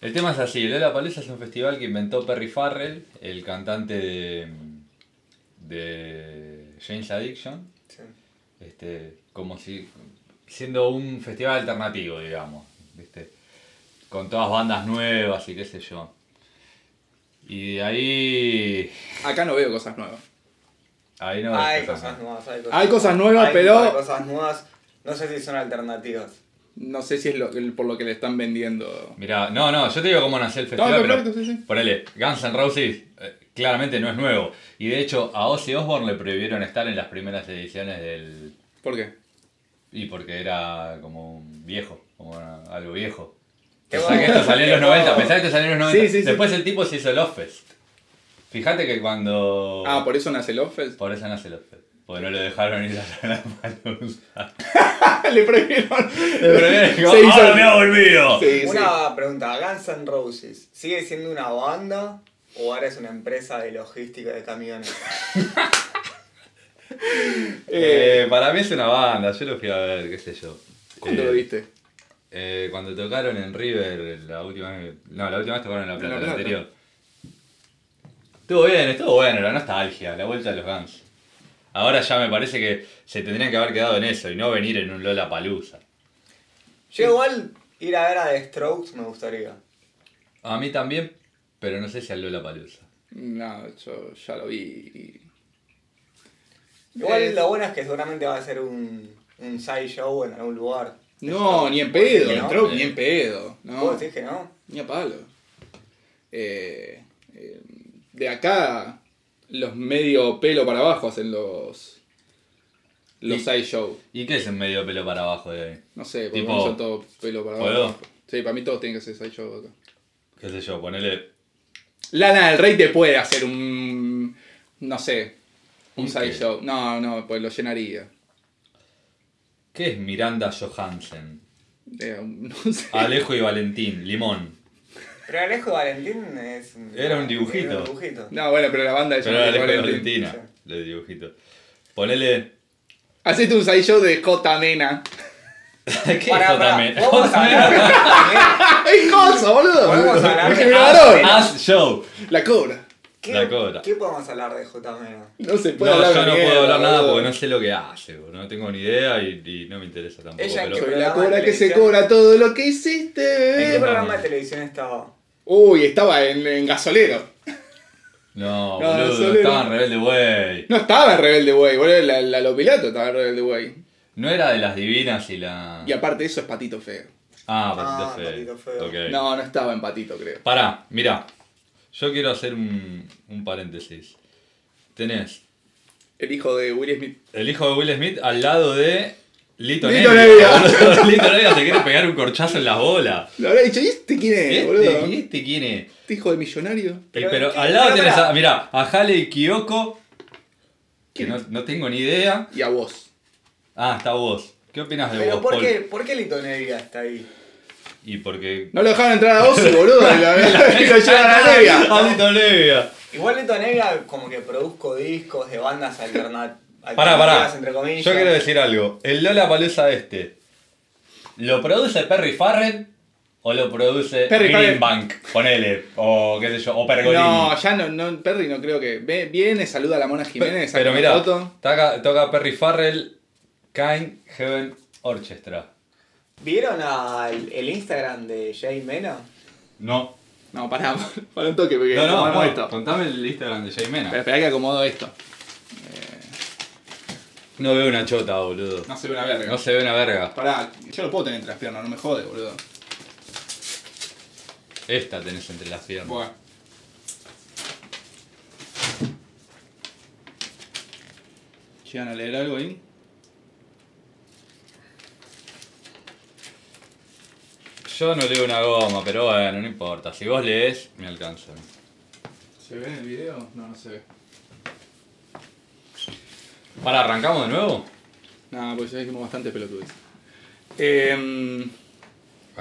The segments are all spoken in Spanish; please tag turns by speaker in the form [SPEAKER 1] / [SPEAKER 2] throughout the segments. [SPEAKER 1] El tema es así, el La Palesa es un festival que inventó Perry Farrell, el cantante de, de James Addiction,
[SPEAKER 2] Sí.
[SPEAKER 1] este, como si siendo un festival alternativo, digamos, ¿viste? con todas bandas nuevas y qué sé yo. Y de ahí...
[SPEAKER 3] Acá no veo cosas nuevas.
[SPEAKER 1] Ahí no...
[SPEAKER 2] Hay
[SPEAKER 1] después,
[SPEAKER 2] cosas
[SPEAKER 1] ¿no?
[SPEAKER 2] nuevas, hay cosas,
[SPEAKER 3] Hay cosas nuevas,
[SPEAKER 2] hay
[SPEAKER 3] pero-
[SPEAKER 2] un par de cosas nuevas, no sé si son alternativas.
[SPEAKER 3] No sé si es lo, el- por lo que le están vendiendo.
[SPEAKER 1] Mirá, no, no, yo te digo cómo nació el festival,
[SPEAKER 3] No, no,
[SPEAKER 1] pero
[SPEAKER 3] perfecto, sí, sí.
[SPEAKER 1] ponele, Guns N' Roses eh, claramente no es nuevo. Y de hecho a Ozzy Osbourne le prohibieron estar en las primeras ediciones del...
[SPEAKER 3] ¿Por qué?
[SPEAKER 1] Y porque era como un viejo, como una- algo viejo.
[SPEAKER 2] Qué
[SPEAKER 1] Pensá que
[SPEAKER 2] bueno,
[SPEAKER 1] esto salió en los
[SPEAKER 2] qué
[SPEAKER 1] 90,
[SPEAKER 2] bueno.
[SPEAKER 1] pensá que esto salió en los 90.
[SPEAKER 3] Sí, sí, sí.
[SPEAKER 1] Después el tipo se hizo Love Fest. Fíjate que cuando...
[SPEAKER 3] Ah, por eso nace el Offest.
[SPEAKER 1] Por eso nace Love Fest. Porque no lo dejaron ir a la palusa.
[SPEAKER 3] Ah, le prohibieron.
[SPEAKER 1] Pero
[SPEAKER 3] Se hizo-
[SPEAKER 1] ¡Ahora me ha volvido!
[SPEAKER 3] Sí, eh. sí.
[SPEAKER 2] Una pregunta, Guns N' Roses, ¿sigue siendo una banda o ahora es una empresa de logística de camiones?
[SPEAKER 3] Eh,
[SPEAKER 1] Eh, para mí es una banda, yo lo fui a ver, qué sé yo.
[SPEAKER 3] ¿Cuándo
[SPEAKER 1] Eh,
[SPEAKER 3] lo viste?
[SPEAKER 1] Eh, cuando tocaron en River, la última vez. No, la última vez tocaron en La
[SPEAKER 3] En
[SPEAKER 1] Plata,
[SPEAKER 3] La
[SPEAKER 1] la,
[SPEAKER 3] Plata.
[SPEAKER 1] anterior. Estuvo bien, estuvo bueno, la nostalgia, la vuelta de los Guns. Ahora ya me parece que se tendrían que haber quedado en eso y no venir en un Lola Palusa.
[SPEAKER 2] Yo igual ir a ver a The Strokes me gustaría.
[SPEAKER 1] A mí también, pero no sé si al Lola Palusa.
[SPEAKER 3] No, yo ya lo vi. y-
[SPEAKER 2] Igual
[SPEAKER 3] Eh,
[SPEAKER 2] lo bueno es que seguramente va a ser un, un side show en algún lugar.
[SPEAKER 3] No, ni en pedo.
[SPEAKER 2] ¿No?
[SPEAKER 3] el Trump,
[SPEAKER 1] Eh.
[SPEAKER 3] ni en pedo. No,
[SPEAKER 2] ¿Vos decís que no?
[SPEAKER 3] ni a palo. Eh, eh, de acá, los medio pelo para abajo hacen los. Los
[SPEAKER 1] Y-
[SPEAKER 3] side show.
[SPEAKER 1] ¿Y qué es un medio pelo para abajo de ahí?
[SPEAKER 3] No sé, porque
[SPEAKER 1] Tipo,
[SPEAKER 3] no son todos pelo para
[SPEAKER 1] ¿puedo?
[SPEAKER 3] abajo. Sí, para mí todos tienen que ser side show acá.
[SPEAKER 1] ¿Qué sé yo? Ponele.
[SPEAKER 3] Lana del Rey te puede hacer un. No sé. Un
[SPEAKER 1] ¿Un
[SPEAKER 3] side
[SPEAKER 1] qué?
[SPEAKER 3] show. No, no, pues lo llenaría.
[SPEAKER 1] ¿Qué es Miranda Johansen?
[SPEAKER 3] Eh, no sé.
[SPEAKER 1] Alejo y Valentín, Limón.
[SPEAKER 2] Pero Alejo y Valentín es un,
[SPEAKER 1] Era un dibujito.
[SPEAKER 2] era un dibujito.
[SPEAKER 3] No, bueno, pero la banda de
[SPEAKER 1] Pero
[SPEAKER 3] Johnny
[SPEAKER 1] Alejo y
[SPEAKER 3] Valentín.
[SPEAKER 1] Valentina, los dibujitos. Ponele.
[SPEAKER 3] Hacete un side show de J Mena.
[SPEAKER 1] ¿Qué es
[SPEAKER 2] Pará, pará,
[SPEAKER 1] J. Mena?
[SPEAKER 2] ¿podemos hablar-
[SPEAKER 3] ¡Ay, cosa, boludo!
[SPEAKER 2] Podemos hablar
[SPEAKER 3] Es
[SPEAKER 2] de
[SPEAKER 3] que me
[SPEAKER 2] Ace.
[SPEAKER 3] varón.
[SPEAKER 1] Haz show.
[SPEAKER 3] La cobra.
[SPEAKER 2] ¿Qué,
[SPEAKER 1] La cobra.
[SPEAKER 2] ¿Qué podemos hablar de J. Mena?
[SPEAKER 3] No se
[SPEAKER 1] No,
[SPEAKER 3] puede hablar
[SPEAKER 1] yo no
[SPEAKER 3] mierda,
[SPEAKER 1] puedo hablar nada
[SPEAKER 3] boludo.
[SPEAKER 1] porque no sé lo que hace, boludo. no tengo ni idea y, y no me interesa tampoco.
[SPEAKER 2] Ella
[SPEAKER 1] pero-
[SPEAKER 2] que-
[SPEAKER 3] Soy la
[SPEAKER 2] Programa
[SPEAKER 3] cobra
[SPEAKER 2] de
[SPEAKER 3] que se
[SPEAKER 2] televisión.
[SPEAKER 3] cobra todo lo que hiciste,
[SPEAKER 2] ¿En qué
[SPEAKER 3] bebé.
[SPEAKER 1] Venga.
[SPEAKER 2] programa de televisión estaba?
[SPEAKER 3] Uy, estaba en, en gasolero.
[SPEAKER 1] No,
[SPEAKER 3] No,
[SPEAKER 1] boludo,
[SPEAKER 3] solo
[SPEAKER 1] estaba
[SPEAKER 3] no.
[SPEAKER 1] en Rebelde Way.
[SPEAKER 3] No estaba en Rebelde Way, boludo. La, la Lopilato estaba en Rebelde Way.
[SPEAKER 1] No era de las divinas y la.
[SPEAKER 3] Y aparte eso es Patito Feo.
[SPEAKER 1] Ah,
[SPEAKER 2] Ah,
[SPEAKER 1] Patito Feo.
[SPEAKER 2] Patito Feo.
[SPEAKER 1] Ok.
[SPEAKER 3] No, no estaba en Patito, creo.
[SPEAKER 1] Pará, mirá. Yo quiero hacer un, un paréntesis. Tenés
[SPEAKER 3] El hijo de Will Smith.
[SPEAKER 1] el hijo de Will Smith al lado de Lito
[SPEAKER 3] Lito
[SPEAKER 1] Nevia.
[SPEAKER 3] Nevia.
[SPEAKER 1] boludo. Lito Nevia se quiere pegar un corchazo en las bolas.
[SPEAKER 3] Lo habrá dicho, ¿y este quién es, boludo?
[SPEAKER 1] Este, ¿y este quién es?
[SPEAKER 3] Este hijo de millonario.
[SPEAKER 1] Y
[SPEAKER 2] Pero,
[SPEAKER 1] pero
[SPEAKER 2] ¿qué?
[SPEAKER 1] al lado
[SPEAKER 2] Pero,
[SPEAKER 1] tenés
[SPEAKER 2] pará.
[SPEAKER 1] a, mirá, a Haley Kiyoko, que
[SPEAKER 3] ¿Quién?
[SPEAKER 1] no, no tengo ni idea.
[SPEAKER 3] Y a vos.
[SPEAKER 1] Ah, está vos. ¿Qué opinas de
[SPEAKER 2] ¿Pero
[SPEAKER 1] vos,
[SPEAKER 2] por
[SPEAKER 1] Paul?
[SPEAKER 2] qué, por qué Lito Nevia está ahí?
[SPEAKER 1] Y porque...
[SPEAKER 3] No lo dejaron entrar a Ozzy, boludo. y la- y lo llevaron a la nevia.
[SPEAKER 1] ¡Ah, Lito Nevia!
[SPEAKER 2] Igual Lito Nevia como que produzco discos de bandas alterna- alternativas,
[SPEAKER 1] Pará, pará.
[SPEAKER 2] entre comillas.
[SPEAKER 1] Yo quiero decir algo. El Lola Palusa este, ¿lo produce Perry Farrell o lo produce
[SPEAKER 3] Perry Farrell.
[SPEAKER 1] Bank? Ponele, o qué sé yo, o Pergolini.
[SPEAKER 3] No, ya no, no, Perry no creo que. Ve- Viene, saluda a la Mona Jiménez, saca
[SPEAKER 1] pero
[SPEAKER 3] una
[SPEAKER 1] mirá,
[SPEAKER 3] foto.
[SPEAKER 1] toca, toca Perry Farrell, Kind Heaven Orchestra.
[SPEAKER 2] ¿Vieron al, el Instagram de Jay Mena?
[SPEAKER 1] No.
[SPEAKER 3] No, pará, para un toque, porque
[SPEAKER 1] No, no,
[SPEAKER 3] acomodemos
[SPEAKER 1] Paul,
[SPEAKER 3] esto.
[SPEAKER 1] contame el Instagram de Jay Mena.
[SPEAKER 3] Pero esperá que acomodo esto.
[SPEAKER 1] No veo una chota, boludo.
[SPEAKER 3] No se ve una verga.
[SPEAKER 1] No se ve una verga.
[SPEAKER 3] Pará, yo lo puedo tener entre las piernas, no me jode, boludo.
[SPEAKER 1] Esta tenés entre las piernas.
[SPEAKER 3] Bueno. ¿Llegan a leer algo ahí?
[SPEAKER 1] Yo no leo una goma, pero bueno, no importa. Si vos lees, me alcanzan.
[SPEAKER 3] ¿Se ve en el video? No, no se ve.
[SPEAKER 1] Para, arrancamos de nuevo.
[SPEAKER 3] No, pues ya dijimos bastante pelotudes. Eh,
[SPEAKER 2] ¿Vieron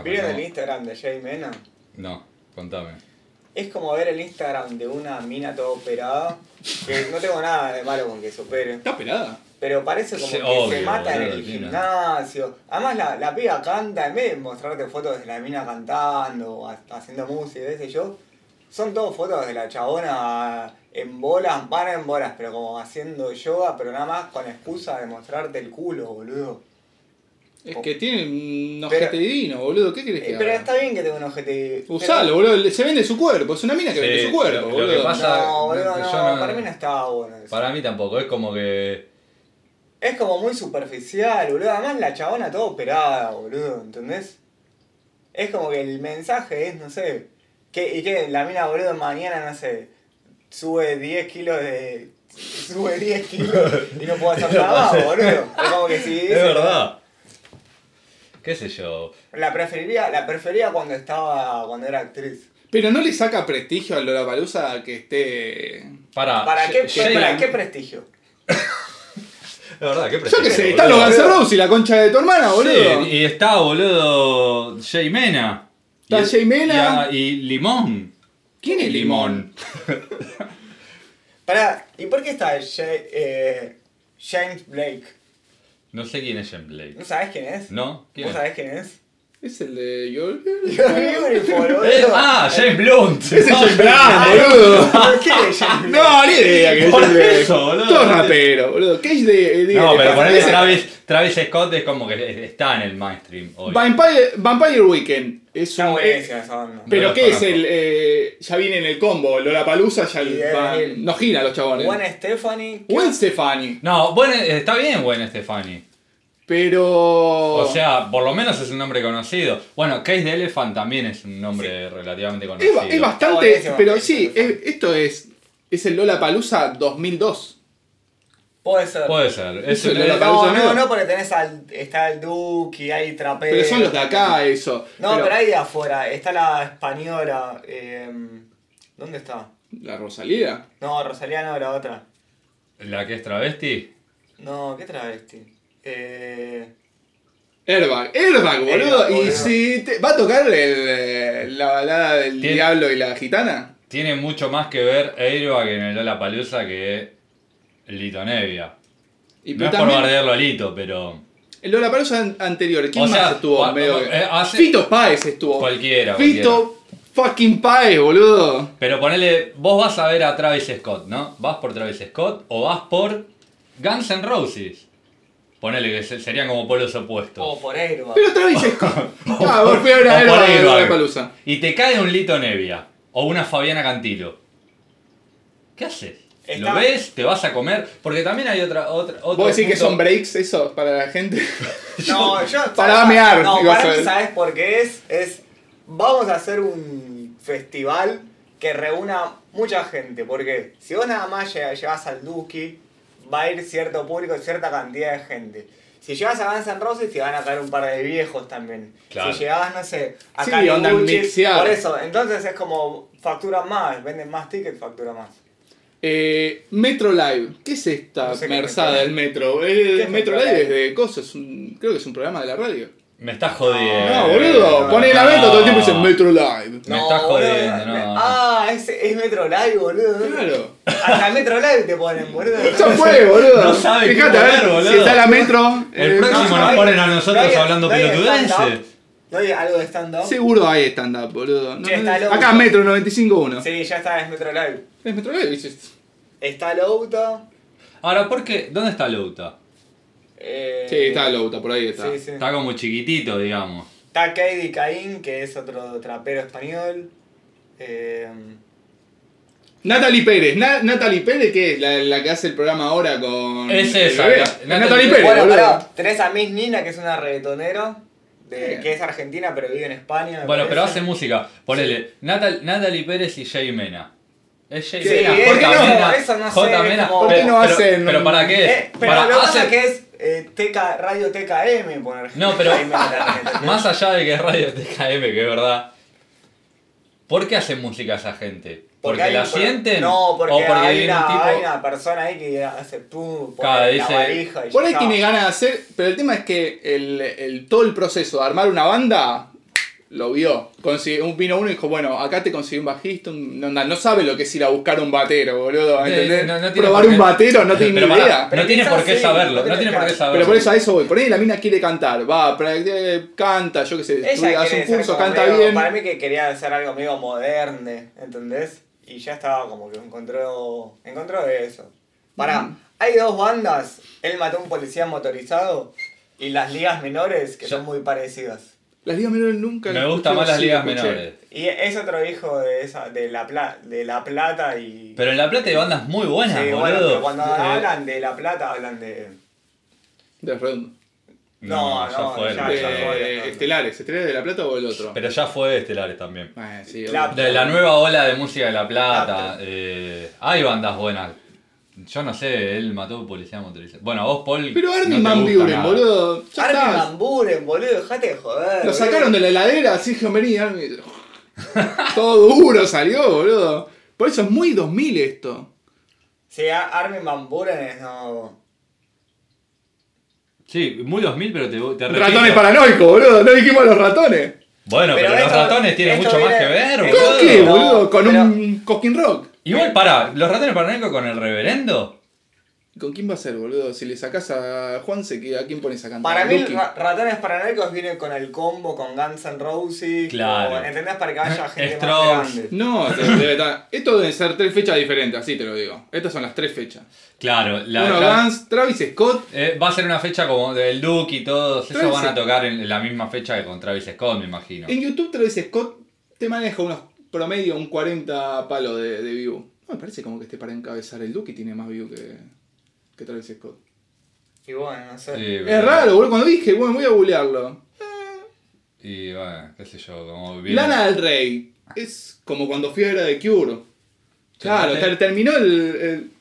[SPEAKER 2] el
[SPEAKER 1] Arrancamos.
[SPEAKER 2] Instagram de Jay Mena?
[SPEAKER 1] No, contame.
[SPEAKER 2] Es como ver el Instagram de una mina toda operada. Que no tengo nada de malo con que se opere.
[SPEAKER 3] ¿Está operada?
[SPEAKER 2] Pero parece como
[SPEAKER 1] Sí,
[SPEAKER 2] que se
[SPEAKER 1] obvio,
[SPEAKER 2] mata en
[SPEAKER 1] boludo,
[SPEAKER 2] el
[SPEAKER 1] sí, no.
[SPEAKER 2] gimnasio. Además la, la piba canta, en vez de mostrarte fotos de la mina cantando, o ha- haciendo música, qué sé yo, son todas fotos de la chabona en bolas, para en bolas, pero como haciendo yoga, pero nada más con la excusa de mostrarte el culo, boludo.
[SPEAKER 3] Es que tiene un
[SPEAKER 2] Pero-
[SPEAKER 3] ojete divino, boludo. ¿Qué querés que
[SPEAKER 2] Eh, pero
[SPEAKER 3] haga?
[SPEAKER 2] está bien que tenga un ojete.
[SPEAKER 3] Usalo, boludo. Se vende su cuerpo. Es una mina que
[SPEAKER 1] Sí,
[SPEAKER 3] vende su cuerpo,
[SPEAKER 1] lo- lo que
[SPEAKER 3] boludo.
[SPEAKER 1] pasa-
[SPEAKER 2] No, boludo,
[SPEAKER 1] Yo
[SPEAKER 2] no,
[SPEAKER 1] no-
[SPEAKER 2] para mí no estaba bueno eso.
[SPEAKER 1] Para mí tampoco, es como que.
[SPEAKER 2] Es como muy superficial, boludo. Además la chabona toda operada, boludo, ¿entendés? Es como que el mensaje es, no sé, que, y que la mina, boludo, mañana, no sé, sube 10 kilos de... Sube 10 kilos y no puedo hacer nada más, boludo. Es como que si...
[SPEAKER 1] Es verdad. ¿Qué sé yo?
[SPEAKER 2] La preferiría, la prefería cuando estaba, cuando era actriz.
[SPEAKER 3] Pero no le saca prestigio a Lola Palusa que esté.
[SPEAKER 1] Para.
[SPEAKER 2] ¿Para qué,
[SPEAKER 3] Shane-
[SPEAKER 2] para qué prestigio?
[SPEAKER 1] Es verdad, qué
[SPEAKER 3] Yo
[SPEAKER 1] prestigio,
[SPEAKER 3] qué sé, están los
[SPEAKER 1] boludo.
[SPEAKER 3] Guns N' Roses y la concha de tu hermana, boludo.
[SPEAKER 1] Sí, y está, boludo, Jay Mena.
[SPEAKER 3] Está
[SPEAKER 1] Y-
[SPEAKER 3] Jay Mena.
[SPEAKER 1] Y, a- y Limón.
[SPEAKER 3] ¿Quién es Limón?
[SPEAKER 2] Pará, ¿y por qué está Jay- eh, James Blake?
[SPEAKER 1] No sé quién es Jay Blake.
[SPEAKER 2] ¿No sabés quién es?
[SPEAKER 1] ¿No? ¿Quién
[SPEAKER 2] ¿Vos
[SPEAKER 1] es?
[SPEAKER 2] sabés quién es?
[SPEAKER 3] Es el de Your Girl.
[SPEAKER 2] Beautiful, boludo.
[SPEAKER 1] Eh, ah, James Blunt.
[SPEAKER 3] Ese es James Brown,
[SPEAKER 1] Ah,
[SPEAKER 3] boludo.
[SPEAKER 2] ¿Por qué James Blake?
[SPEAKER 3] No, ni idea que es
[SPEAKER 1] Por
[SPEAKER 3] James Blake.
[SPEAKER 1] eso, boludo.
[SPEAKER 3] Todo rapero, boludo. ¿Qué es de.? de-
[SPEAKER 1] No,
[SPEAKER 3] de-
[SPEAKER 1] pero ponerle
[SPEAKER 3] de-
[SPEAKER 1] Travis, Travis Scott es como que está en el mainstream hoy.
[SPEAKER 3] Vampire, Vampire Weekend. Es
[SPEAKER 2] Está
[SPEAKER 3] un. eh,
[SPEAKER 2] buenísima esa banda.
[SPEAKER 1] No
[SPEAKER 3] Pero
[SPEAKER 1] los
[SPEAKER 3] ¿qué es
[SPEAKER 1] conozco.
[SPEAKER 3] el.? eh, ya viene en el combo. Lola Palusa ya.
[SPEAKER 2] Y debe
[SPEAKER 3] van-
[SPEAKER 2] venir.
[SPEAKER 3] no gira los chabones.
[SPEAKER 2] Gwen Stefani. ¿qué-
[SPEAKER 3] Gwen Stefani.
[SPEAKER 1] No, bueno, está bien Gwen Stefani.
[SPEAKER 3] Pero. Oh.
[SPEAKER 1] O sea, por lo menos es un nombre conocido. Bueno, Case the Elephant también es un nombre relativamente
[SPEAKER 3] Es,
[SPEAKER 1] conocido.
[SPEAKER 3] ba- es
[SPEAKER 2] Está
[SPEAKER 3] bastante.
[SPEAKER 2] buenísimo.
[SPEAKER 3] pero sí, es- esto es. Es el Lola Palusa 2002.
[SPEAKER 2] Puede ser.
[SPEAKER 1] Puede ser. Es
[SPEAKER 3] Eso
[SPEAKER 1] un-
[SPEAKER 3] no lo-
[SPEAKER 2] No, no,
[SPEAKER 3] Estados
[SPEAKER 2] no, porque tenés al. Está el Duki, hay trapero.
[SPEAKER 3] Pero son los de acá, eso.
[SPEAKER 2] No, pero, hay de afuera. Está la española. eh, ¿Dónde está?
[SPEAKER 3] La Rosalía.
[SPEAKER 2] No, Rosalía no, la otra.
[SPEAKER 1] La que es travesti.
[SPEAKER 2] No, ¿qué travesti? Eh.
[SPEAKER 3] Airbag, airbag, boludo.
[SPEAKER 2] Airbag,
[SPEAKER 3] y
[SPEAKER 2] boludo.
[SPEAKER 3] si te- va a tocar el, eh, la balada del
[SPEAKER 1] Tiene-
[SPEAKER 3] diablo y la gitana.
[SPEAKER 1] Tiene mucho más que ver Airbag en el Lola Palusa que Lito Nevia.
[SPEAKER 3] Y
[SPEAKER 1] no
[SPEAKER 3] pero
[SPEAKER 1] es por
[SPEAKER 3] también
[SPEAKER 1] bardearlo a Lito, pero.
[SPEAKER 3] el Lola anterior, ¿quién
[SPEAKER 1] O
[SPEAKER 3] más
[SPEAKER 1] sea,
[SPEAKER 3] estuvo?
[SPEAKER 1] pa-
[SPEAKER 3] medio
[SPEAKER 1] eh,
[SPEAKER 3] que-
[SPEAKER 1] hace-
[SPEAKER 3] Fito Páez estuvo.
[SPEAKER 1] Cualquiera,
[SPEAKER 3] Fito fucking Páez, boludo.
[SPEAKER 1] Pero ponele. Vos vas a ver a Travis Scott, ¿no? ¿Vas por Travis Scott o vas por Guns N' Roses? Ponele que se- serían como polos opuestos.
[SPEAKER 2] O oh, por Airbag.
[SPEAKER 3] Pero Travis Scott. ah, vos fui a ver
[SPEAKER 1] O
[SPEAKER 3] a
[SPEAKER 1] por
[SPEAKER 3] Airbag de
[SPEAKER 1] Airbag.
[SPEAKER 3] Lola Palusa.
[SPEAKER 1] Y te cae un Lito Nevia o una Fabiana Cantilo. ¿Qué haces?
[SPEAKER 2] Está-
[SPEAKER 1] ¿Lo ves? ¿Te vas a comer? Porque también hay otra. otra otro
[SPEAKER 3] ¿Vos decís que
[SPEAKER 1] punto-
[SPEAKER 3] son breaks eso para la gente?
[SPEAKER 2] No, yo.
[SPEAKER 3] Para
[SPEAKER 2] ¿sabes?
[SPEAKER 3] mear,
[SPEAKER 2] No,
[SPEAKER 3] ibas
[SPEAKER 2] para
[SPEAKER 3] a
[SPEAKER 2] mí,
[SPEAKER 3] ver.
[SPEAKER 2] ¿sabes por qué es? Es. Vamos a hacer un festival que reúna mucha gente. Porque si vos nada más lle- llevas al Duki, va a ir cierto público, cierta cantidad de gente. Si llevas a Guns N' Roses, te van a caer un par de viejos también.
[SPEAKER 1] Claro.
[SPEAKER 2] Si llevas, no sé, a
[SPEAKER 3] Sí,
[SPEAKER 2] Kali
[SPEAKER 3] onda
[SPEAKER 2] Uchis,
[SPEAKER 3] mixeado.
[SPEAKER 2] Por eso, entonces es como facturan más, venden más tickets, facturan más.
[SPEAKER 3] Eh, Metro Live, ¿qué es esta
[SPEAKER 2] No sé qué
[SPEAKER 3] merzada
[SPEAKER 2] es
[SPEAKER 3] del metro?
[SPEAKER 2] ¿Qué
[SPEAKER 3] El
[SPEAKER 2] es
[SPEAKER 3] Metro
[SPEAKER 2] Metro
[SPEAKER 3] Live es
[SPEAKER 2] Live?
[SPEAKER 3] de cosas, es un- creo que es un programa de la radio.
[SPEAKER 1] Me estás jodiendo.
[SPEAKER 3] No, boludo, poné la venta todo el tiempo y dicen Metro Live.
[SPEAKER 1] Me estás
[SPEAKER 2] boludo,
[SPEAKER 1] jodiendo, no,
[SPEAKER 2] me-
[SPEAKER 1] no.
[SPEAKER 2] Ah, es, es Metro Live, boludo.
[SPEAKER 3] Claro.
[SPEAKER 2] Hasta Metro Live te ponen, boludo.
[SPEAKER 3] Ya fue, boludo.
[SPEAKER 1] No sabe qué
[SPEAKER 3] Fíjate, a ver,
[SPEAKER 1] poner, boludo.
[SPEAKER 3] si está la Metro.
[SPEAKER 1] El
[SPEAKER 3] eh,
[SPEAKER 1] próximo
[SPEAKER 3] no,
[SPEAKER 1] nos
[SPEAKER 2] hay-
[SPEAKER 1] ponen a nosotros
[SPEAKER 2] hay-
[SPEAKER 1] hablando
[SPEAKER 2] hay
[SPEAKER 1] pelotudenses.
[SPEAKER 2] stand-up. No hay algo de stand-up. Sí.
[SPEAKER 3] Seguro hay stand-up, boludo. No,
[SPEAKER 2] Che, está
[SPEAKER 3] no-
[SPEAKER 2] loco.
[SPEAKER 3] acá Metro 95.1.
[SPEAKER 2] ya está, es Metro Live.
[SPEAKER 3] Es Metro Live, dices.
[SPEAKER 2] Está Louta.
[SPEAKER 1] Ahora, ¿por qué? ¿Dónde está Louta?
[SPEAKER 2] Eh,
[SPEAKER 3] Sí, está Louta, por ahí está.
[SPEAKER 2] Sí, sí.
[SPEAKER 1] Está como chiquitito, digamos.
[SPEAKER 2] Está Katie Caín, que es otro trapero español. Eh,
[SPEAKER 3] Natalie Pérez. Na- Natalie Pérez, ¿qué es? La, la que hace el programa ahora con.
[SPEAKER 1] Es
[SPEAKER 3] el
[SPEAKER 1] esa,
[SPEAKER 3] bebé.
[SPEAKER 1] la-
[SPEAKER 3] Es
[SPEAKER 1] Natalie
[SPEAKER 3] Natalie Pérez,
[SPEAKER 1] Pérez,
[SPEAKER 2] bueno,
[SPEAKER 3] boludo.
[SPEAKER 2] pará, tenés a Miss Nina, que es una reggaetonera. de-
[SPEAKER 3] Sí.
[SPEAKER 2] que es argentina, pero vive en España. me
[SPEAKER 1] Bueno, pero
[SPEAKER 2] parece.
[SPEAKER 1] hace música. Ponele, Natal, Natalie Pérez y Jay Mena. Es Jay
[SPEAKER 3] Sí,
[SPEAKER 1] Mena,
[SPEAKER 3] ¿por qué
[SPEAKER 1] J
[SPEAKER 3] no?
[SPEAKER 1] Mena,
[SPEAKER 2] Eso no
[SPEAKER 1] J
[SPEAKER 2] sé,
[SPEAKER 1] Mena.
[SPEAKER 2] como- ¿Por
[SPEAKER 3] qué
[SPEAKER 1] Pero-
[SPEAKER 3] no
[SPEAKER 1] pero-
[SPEAKER 3] hacen-
[SPEAKER 1] Pero para qué es?
[SPEAKER 2] Eh, pero
[SPEAKER 1] Para
[SPEAKER 2] lo que pasa
[SPEAKER 1] hacer-
[SPEAKER 2] que es eh, TK Radio TKM, poner
[SPEAKER 1] No, pero-
[SPEAKER 2] Jaime Nina.
[SPEAKER 1] Más allá de que es Radio TKM, que es verdad. ¿Por qué hacen música esa gente? ¿Porque,
[SPEAKER 2] hay
[SPEAKER 1] la
[SPEAKER 2] un-
[SPEAKER 1] sienten?
[SPEAKER 2] No, porque,
[SPEAKER 1] ¿O porque
[SPEAKER 2] hay,
[SPEAKER 1] viene
[SPEAKER 2] una,
[SPEAKER 1] un tipo.?
[SPEAKER 2] hay una persona ahí que hace tú, pone
[SPEAKER 1] Claro,
[SPEAKER 2] la
[SPEAKER 1] dice-
[SPEAKER 2] valija y
[SPEAKER 3] Por
[SPEAKER 2] ya
[SPEAKER 3] ahí
[SPEAKER 2] está.
[SPEAKER 3] tiene ganas de hacer, pero el tema es que el, el- todo el proceso de armar una banda lo vio. Consi- un vino uno y dijo, bueno, acá te conseguí un bajista, un- no, no, no sabe lo que es ir a buscar un batero, boludo.
[SPEAKER 1] Sí,
[SPEAKER 3] ¿entendés?
[SPEAKER 1] no- no tiene
[SPEAKER 3] Probar
[SPEAKER 1] por qué.
[SPEAKER 3] un batero no tiene ni
[SPEAKER 1] Pero pará,
[SPEAKER 3] idea.
[SPEAKER 1] No
[SPEAKER 2] Pero
[SPEAKER 1] tiene
[SPEAKER 2] quizás
[SPEAKER 1] por qué
[SPEAKER 2] sí,
[SPEAKER 1] saberlo,
[SPEAKER 2] no
[SPEAKER 1] no
[SPEAKER 2] te
[SPEAKER 1] tiene por qué
[SPEAKER 2] creas.
[SPEAKER 1] saberlo.
[SPEAKER 3] Pero por eso a eso voy. Por ahí la mina quiere cantar, va, pra- eh, canta, yo qué sé, estudia, hace
[SPEAKER 2] quiere
[SPEAKER 3] un
[SPEAKER 2] ser
[SPEAKER 3] curso,
[SPEAKER 2] como
[SPEAKER 3] canta
[SPEAKER 2] medio-
[SPEAKER 3] bien.
[SPEAKER 2] Para mí que quería hacer algo medio moderno, ¿entendés? Y ya estaba como que encontró, encontró de eso. Pará, hay dos bandas, él mató a un policía motorizado y las ligas menores que
[SPEAKER 1] Ya.
[SPEAKER 2] son muy parecidas.
[SPEAKER 3] Las ligas menores nunca
[SPEAKER 1] Me
[SPEAKER 3] las
[SPEAKER 1] gustan
[SPEAKER 3] escuché,
[SPEAKER 1] más las
[SPEAKER 3] sí,
[SPEAKER 1] ligas
[SPEAKER 3] escuché.
[SPEAKER 1] menores.
[SPEAKER 2] Y es otro hijo de esa, de la Pla- de la plata y.
[SPEAKER 1] Pero en La Plata hay bandas muy buenas,
[SPEAKER 2] Sí, bueno,
[SPEAKER 1] boludo.
[SPEAKER 2] pero cuando
[SPEAKER 1] Eh,
[SPEAKER 2] hablan de la plata hablan de.
[SPEAKER 3] De redondo.
[SPEAKER 1] No,
[SPEAKER 2] No,
[SPEAKER 1] ya
[SPEAKER 2] no,
[SPEAKER 1] fue.
[SPEAKER 2] Ah, ya-
[SPEAKER 1] ya
[SPEAKER 3] Eh,
[SPEAKER 1] fue.
[SPEAKER 2] ya, ya.
[SPEAKER 3] estelares, Estelares de la Plata o el otro.
[SPEAKER 1] Pero ya fue Estelares también.
[SPEAKER 3] Eh, sí,
[SPEAKER 2] La-
[SPEAKER 3] obvio.
[SPEAKER 1] De la nueva ola de música de La Plata,
[SPEAKER 2] Ah,
[SPEAKER 1] eh, hay bandas buenas. Yo no sé, él mató a un policía motorizado. Bueno, a vos, Paul.
[SPEAKER 3] Pero Armin
[SPEAKER 1] no te
[SPEAKER 3] Van
[SPEAKER 1] gusta
[SPEAKER 3] Buren,
[SPEAKER 1] nada.
[SPEAKER 3] boludo. Ya
[SPEAKER 2] Armin
[SPEAKER 3] está.
[SPEAKER 2] Van Buren, boludo, dejate de joder.
[SPEAKER 3] Lo sacaron de la heladera, así Geomery. Todo duro salió, boludo. Por eso es muy 2000 esto.
[SPEAKER 2] Sí, Ar- Armin Van Buren es no.
[SPEAKER 1] Sí, muy 2000, pero te, te repito.
[SPEAKER 3] Ratones paranoicos, boludo. No dijimos los ratones.
[SPEAKER 1] Bueno, pero, los
[SPEAKER 2] esto-
[SPEAKER 1] ratones tienen
[SPEAKER 2] esto
[SPEAKER 1] mucho más que
[SPEAKER 2] viene-
[SPEAKER 1] ver,
[SPEAKER 2] ¿Con
[SPEAKER 1] boludo.
[SPEAKER 3] ¿Con qué,
[SPEAKER 2] Eh, No,
[SPEAKER 3] boludo? Con
[SPEAKER 2] pero-
[SPEAKER 3] un Cosquín Rock.
[SPEAKER 1] Igual, para, los ratones paranoicos con el reverendo.
[SPEAKER 3] ¿Con quién va a ser, boludo? Si le sacás a Juanse, ¿qué- ¿a quién pones a cantar?
[SPEAKER 2] Para mí,
[SPEAKER 3] Duki.
[SPEAKER 2] ra- Ratones Paranoicos viene con el combo con Guns N' Roses.
[SPEAKER 1] Claro.
[SPEAKER 2] con- ¿Entendés? Para que haya gente más
[SPEAKER 1] Strokes.
[SPEAKER 2] grande.
[SPEAKER 3] No, te- debe estar- esto deben ser tres fechas diferentes, así te lo digo. Estas son las tres fechas.
[SPEAKER 1] Claro, la,
[SPEAKER 3] Uno,
[SPEAKER 1] la-
[SPEAKER 3] Guns, Travis Scott.
[SPEAKER 1] eh, va a ser una fecha como del Duke y todos. Eso
[SPEAKER 3] Travis
[SPEAKER 1] van a
[SPEAKER 3] Scott.
[SPEAKER 1] tocar en la misma fecha que con Travis Scott, me imagino.
[SPEAKER 3] En YouTube Travis Scott te maneja unos promedio, un 40 palo de, de view. No, me parece como que este para encabezar el Duki tiene más view que, que Travis Scott.
[SPEAKER 2] Y bueno, no sé.
[SPEAKER 1] Sí,
[SPEAKER 3] Es raro, boludo. Cuando dije, bueno, voy a googlearlo.
[SPEAKER 1] Y bueno, qué sé yo, como bien.
[SPEAKER 3] Lana del Rey. Es como cuando fui a ver a The Cure. Claro,
[SPEAKER 1] Fíjate.
[SPEAKER 3] ter- terminó el, el-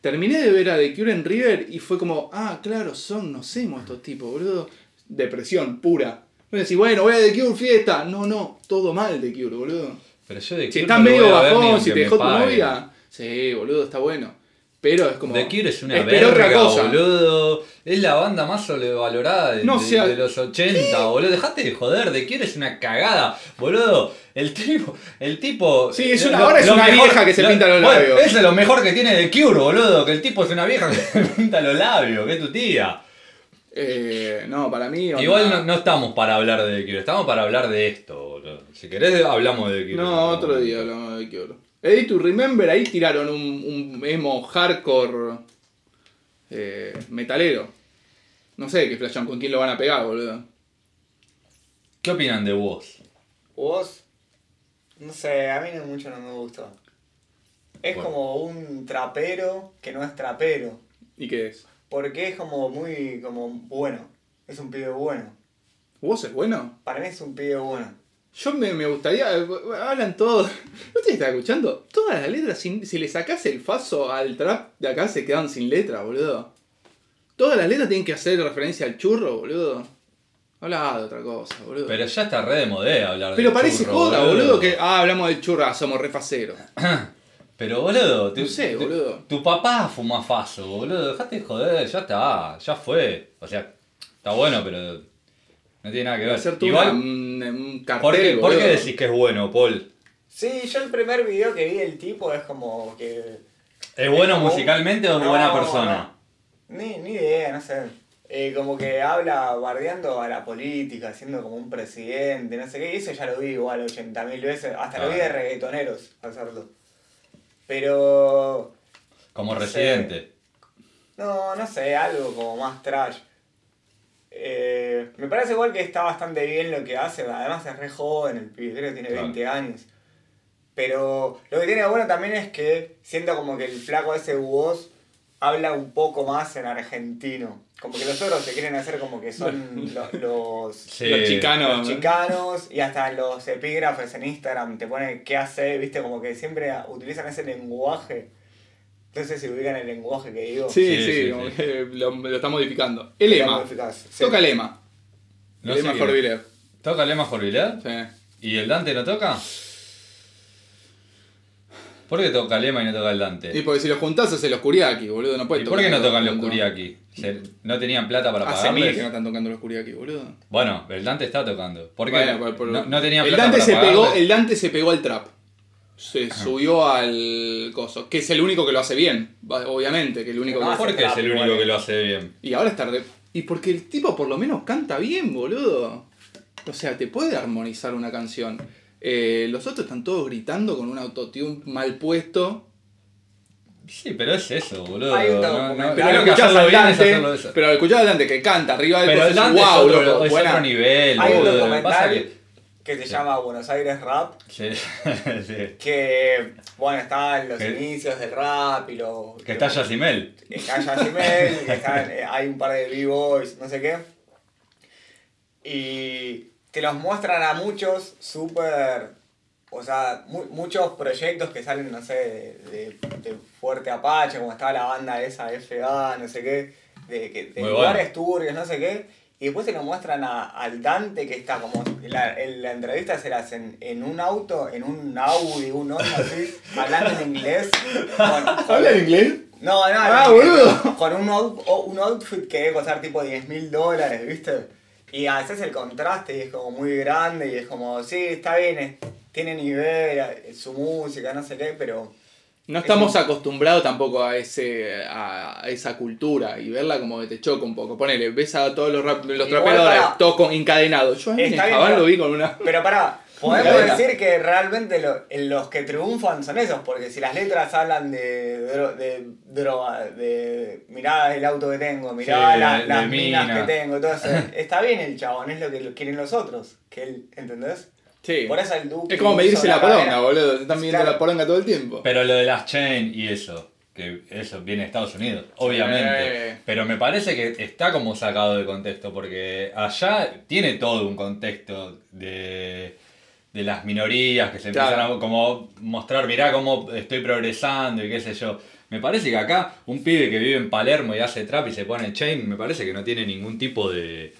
[SPEAKER 3] Terminé de ver a The Cure en River y fue como, ah, claro, son, no sé, estos tipos, boludo. Depresión pura. Voy a decir, bueno, voy a The Cure, fiesta. No, no, todo mal The Cure, boludo.
[SPEAKER 1] Pero yo de
[SPEAKER 3] Si
[SPEAKER 1] Cure
[SPEAKER 3] estás
[SPEAKER 1] no lo
[SPEAKER 3] medio
[SPEAKER 1] voy a ver ni
[SPEAKER 3] bajón,
[SPEAKER 1] aunque
[SPEAKER 3] si te
[SPEAKER 1] me
[SPEAKER 3] dejó tu
[SPEAKER 1] paguen.
[SPEAKER 3] novia. Sí, boludo, está bueno. Pero es como.
[SPEAKER 1] The Cure es una
[SPEAKER 3] espera
[SPEAKER 1] verga, boludo. Es la banda más sobrevalorada de,
[SPEAKER 3] No
[SPEAKER 1] de-
[SPEAKER 3] sea-
[SPEAKER 1] de los 80, boludo. Dejate de joder, The Cure es una cagada, boludo. El tipo, el tipo. eh,
[SPEAKER 3] Sí, es una- ahora es una vieja que se pinta los
[SPEAKER 1] bueno,
[SPEAKER 3] labios.
[SPEAKER 1] eso es lo mejor que tiene The Cure, boludo. Que el tipo es una vieja que se pinta los labios, que es tu tía.
[SPEAKER 3] Eh, no, para mí. onda-
[SPEAKER 1] Igual no, no estamos para hablar de The Cure, estamos para hablar de esto, boludo. Si querés, hablamos de The Cure.
[SPEAKER 3] No, otro día hablamos de Cure. Edit to Remember, ahí tiraron un, un emo hardcore eh, metalero. No sé qué flashan, con quién lo van a pegar, boludo.
[SPEAKER 1] ¿Qué opinan de vos?
[SPEAKER 2] ¿Vos? No sé, a mí no, mucho no me gustó. Es
[SPEAKER 1] Bueno.
[SPEAKER 2] como un trapero que no es trapero.
[SPEAKER 3] ¿Y qué es?
[SPEAKER 2] Porque es como muy. como bueno. Es un pibe bueno.
[SPEAKER 3] ¿Vos es bueno?
[SPEAKER 2] Para mí es un pibe bueno.
[SPEAKER 3] Yo me, me gustaría. eh, Hablan todos. ¿No te está escuchando? Todas las letras, sin- si le sacas el faso al trap de acá, se quedan sin letra, boludo. Todas las letras tienen que hacer referencia al churro, boludo. Habla de otra cosa, boludo.
[SPEAKER 1] Pero ya está re de modé hablar
[SPEAKER 3] Pero
[SPEAKER 1] de
[SPEAKER 3] parece
[SPEAKER 1] churro,
[SPEAKER 3] joda, boludo, que. Ah, hablamos del churra, somos refaceros.
[SPEAKER 1] Pero boludo, tu,
[SPEAKER 3] No sé,
[SPEAKER 1] tu-
[SPEAKER 3] boludo.
[SPEAKER 1] tu papá fuma faso, boludo, dejate de joder, ya está, ya fue. O sea, está bueno, pero no tiene nada que ver.
[SPEAKER 3] Hacer tú una-
[SPEAKER 1] Igual,
[SPEAKER 3] un, un cartel,
[SPEAKER 1] ¿por qué, por qué
[SPEAKER 3] boludo.
[SPEAKER 1] decís que es bueno, Paul?
[SPEAKER 2] Sí, yo el primer video que vi del tipo es como que.
[SPEAKER 1] ¿Es
[SPEAKER 3] Oh.
[SPEAKER 1] bueno
[SPEAKER 2] como un-
[SPEAKER 1] musicalmente o es
[SPEAKER 2] No,
[SPEAKER 1] buena persona?
[SPEAKER 2] no. Ni, ni idea, no sé. Eh, como que habla bardeando a la política, siendo como un presidente, no sé qué. Eso ya lo vi igual 80.000 veces. Hasta lo vi de
[SPEAKER 1] Claro.
[SPEAKER 2] reggaetoneros hacerlo. Pero.
[SPEAKER 1] Como
[SPEAKER 2] No sé.
[SPEAKER 1] residente.
[SPEAKER 2] No, no sé, algo como más trash. Eh, me parece igual que está bastante bien lo que hace, además es re joven el pibe, creo que tiene
[SPEAKER 1] Claro.
[SPEAKER 2] 20 años. Pero lo que tiene de bueno también es que siento como que el flaco ese voz habla un poco más en argentino. Como que los otros se quieren hacer como que son lo- los,
[SPEAKER 1] Sí.
[SPEAKER 3] Los chicanos.
[SPEAKER 2] los chicanos y hasta los epígrafes en Instagram te ponen qué hace, viste, como que siempre utilizan ese lenguaje. No sé si ubican el lenguaje que digo.
[SPEAKER 3] Sí,
[SPEAKER 1] Sí,
[SPEAKER 3] sí,
[SPEAKER 1] sí,
[SPEAKER 3] como
[SPEAKER 1] sí.
[SPEAKER 3] que lo, lo está modificando. El
[SPEAKER 2] Era
[SPEAKER 3] lema.
[SPEAKER 2] muy eficaz, sí.
[SPEAKER 3] Toca el lema.
[SPEAKER 1] No
[SPEAKER 3] el
[SPEAKER 1] sé
[SPEAKER 3] lema
[SPEAKER 1] quién.
[SPEAKER 3] por Villar.
[SPEAKER 1] ¿Toca Lema Jorviler?
[SPEAKER 3] Sí.
[SPEAKER 1] ¿Y el Dante no toca? ¿Por qué toca Lema y no toca el Dante?
[SPEAKER 3] Y porque si los juntás hace los Kuriaki, boludo, no
[SPEAKER 1] ¿Y
[SPEAKER 3] puedes
[SPEAKER 1] por qué no tocan los
[SPEAKER 3] Kuriaki?
[SPEAKER 1] Kuriaki? Se- ¿No tenían plata para
[SPEAKER 3] Hace mil que no
[SPEAKER 1] pagarles?
[SPEAKER 3] están tocando los Kuriaki, boludo.
[SPEAKER 1] Bueno, el Dante está tocando. ¿Por qué?
[SPEAKER 3] Bueno, pues, por- por-
[SPEAKER 1] no, no tenían
[SPEAKER 3] el
[SPEAKER 1] plata
[SPEAKER 3] Dante
[SPEAKER 1] para Ah.
[SPEAKER 3] se
[SPEAKER 1] pagarles.
[SPEAKER 3] pegó, El Dante se pegó al trap. Se subió al coso. Que es el único que lo hace bien, va- obviamente, que el único que
[SPEAKER 2] Ah,
[SPEAKER 3] lo-
[SPEAKER 1] ¿Por qué es el
[SPEAKER 2] Igual.
[SPEAKER 1] único que lo hace bien?
[SPEAKER 3] Y ahora está re- Y porque el tipo por lo menos canta bien, boludo. O sea, te puede armonizar una canción. Eh, los otros están todos gritando con un autotune mal puesto.
[SPEAKER 1] Sí, pero es eso, boludo.
[SPEAKER 2] Hay un
[SPEAKER 1] no-
[SPEAKER 2] documental.
[SPEAKER 1] no-
[SPEAKER 3] Pero
[SPEAKER 1] creo
[SPEAKER 3] lo
[SPEAKER 1] que
[SPEAKER 3] escuchás
[SPEAKER 1] hacerlo
[SPEAKER 3] al
[SPEAKER 1] bien es
[SPEAKER 3] Dante,
[SPEAKER 1] hacerlo eso.
[SPEAKER 3] pero lo escuchás al Dante que canta arriba del
[SPEAKER 1] Pero
[SPEAKER 3] coso,
[SPEAKER 1] el Dante
[SPEAKER 3] es,
[SPEAKER 1] es,
[SPEAKER 3] wow,
[SPEAKER 1] otro,
[SPEAKER 3] loco,
[SPEAKER 1] es
[SPEAKER 3] buena".
[SPEAKER 1] otro nivel,
[SPEAKER 2] Hay un
[SPEAKER 1] boludo. Pasa
[SPEAKER 2] documental
[SPEAKER 1] que-
[SPEAKER 2] que se llama Buenos Aires Rap,
[SPEAKER 1] Sí, sí.
[SPEAKER 2] que, bueno, están los
[SPEAKER 1] Que-
[SPEAKER 2] inicios del rap y los...
[SPEAKER 1] Que está Yacimel.
[SPEAKER 2] Está Yacimel, y están- eh, hay un par de B-Boys, no sé qué. Y te los muestran a muchos súper... O sea, mu- muchos proyectos que salen, no sé, de, de- de Fuerte Apache, como estaba la banda esa FA, no sé qué, de, que- de
[SPEAKER 1] Muy bueno.
[SPEAKER 2] lugares turbios, no sé qué. Y después se lo muestran a, al Dante que está como... La, en la entrevista se la hacen en un auto, en un Audi, un Honda, así, hablando en inglés. con- con-
[SPEAKER 3] ¿Habla en inglés?
[SPEAKER 2] no, no,
[SPEAKER 3] Ah,
[SPEAKER 2] no,
[SPEAKER 3] boludo.
[SPEAKER 2] Con un, out- o- un outfit que debe costar tipo 10 mil dólares, ¿viste? Y haces el contraste y es como muy grande y es como, sí, está bien, es- tiene nivel, eh, su música, no sé qué, pero
[SPEAKER 3] No estamos acostumbrados tampoco a ese a, a esa cultura y verla como que te choca un poco. Ponele, ves a todos los, rap-
[SPEAKER 2] Igual
[SPEAKER 3] los traperos ahora
[SPEAKER 2] para-
[SPEAKER 3] todos con- encadenados. Yo a
[SPEAKER 2] Está bien,
[SPEAKER 3] Javán
[SPEAKER 2] pero-
[SPEAKER 3] lo vi con una.
[SPEAKER 2] Pero pará, podemos
[SPEAKER 3] cadena.
[SPEAKER 2] decir que realmente lo- en los que triunfan son esos, porque si las letras hablan de, dro- de droga, de mirá el auto que tengo, mirá
[SPEAKER 1] Sí,
[SPEAKER 2] la-
[SPEAKER 1] de-
[SPEAKER 2] las
[SPEAKER 1] de
[SPEAKER 2] minas
[SPEAKER 1] mina.
[SPEAKER 2] que tengo, todo eso, está bien el chabón, es lo que lo quieren los otros, que él, ¿entendés?
[SPEAKER 3] Sí.
[SPEAKER 2] Por eso el Duque
[SPEAKER 3] Es como
[SPEAKER 2] hizo
[SPEAKER 3] medirse la poronga,
[SPEAKER 2] cadena.
[SPEAKER 3] boludo. Te están midiendo
[SPEAKER 2] Claro.
[SPEAKER 3] la poronga todo el tiempo.
[SPEAKER 1] Pero lo de las chain y eso. Que eso viene de Estados Unidos, obviamente.
[SPEAKER 3] Eh.
[SPEAKER 1] Pero me parece que está como sacado de contexto, porque allá tiene todo un contexto de, de las minorías que se empiezan
[SPEAKER 3] Claro.
[SPEAKER 1] a como mostrar, mirá cómo estoy progresando y qué sé yo. Me parece que acá un pibe que vive en Palermo y hace trap y se pone chain, me parece que no tiene ningún tipo de,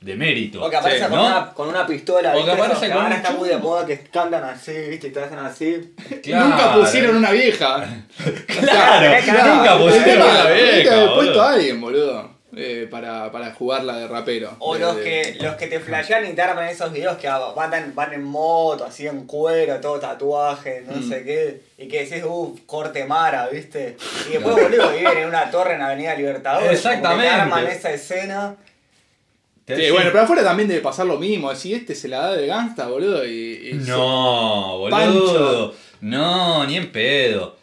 [SPEAKER 1] de mérito.
[SPEAKER 2] O que aparece
[SPEAKER 1] ¿no?
[SPEAKER 2] con, una, con una pistola,
[SPEAKER 1] O que
[SPEAKER 2] ¿viste? Esos
[SPEAKER 1] aparece
[SPEAKER 2] que
[SPEAKER 1] con
[SPEAKER 2] ahora
[SPEAKER 1] un
[SPEAKER 2] está muy de
[SPEAKER 1] chumbo.
[SPEAKER 2] moda que cantan así, ¿viste? Y te hacen así.
[SPEAKER 1] Claro.
[SPEAKER 3] Nunca pusieron una vieja.
[SPEAKER 1] Claro,
[SPEAKER 2] Claro,
[SPEAKER 1] nunca
[SPEAKER 2] claro.
[SPEAKER 3] Pusieron
[SPEAKER 1] pusieron
[SPEAKER 2] Claro,
[SPEAKER 1] una
[SPEAKER 3] Nunca
[SPEAKER 1] beca.
[SPEAKER 3] había puesto
[SPEAKER 1] boludo.
[SPEAKER 3] a alguien, boludo. eh, para, para jugarla de rapero.
[SPEAKER 2] O
[SPEAKER 3] De-
[SPEAKER 2] los
[SPEAKER 3] de-
[SPEAKER 2] que, los que te flashean y te arman esos videos que van, en- van en moto, así en cuero, todo tatuaje, no
[SPEAKER 3] Mm.
[SPEAKER 2] sé qué. Y que decís, uff, corte mara, ¿viste? Y después, boludo, viven en una torre en Avenida Libertadores. como que
[SPEAKER 1] Exactamente.
[SPEAKER 2] Te arman esa escena.
[SPEAKER 1] Te-
[SPEAKER 3] Sí,
[SPEAKER 1] sí.
[SPEAKER 3] bueno, pero afuera también debe pasar lo mismo. Si este se la da de gangsta, boludo, y, y
[SPEAKER 1] No, boludo.
[SPEAKER 3] Pancho.
[SPEAKER 1] No, ni en pedo.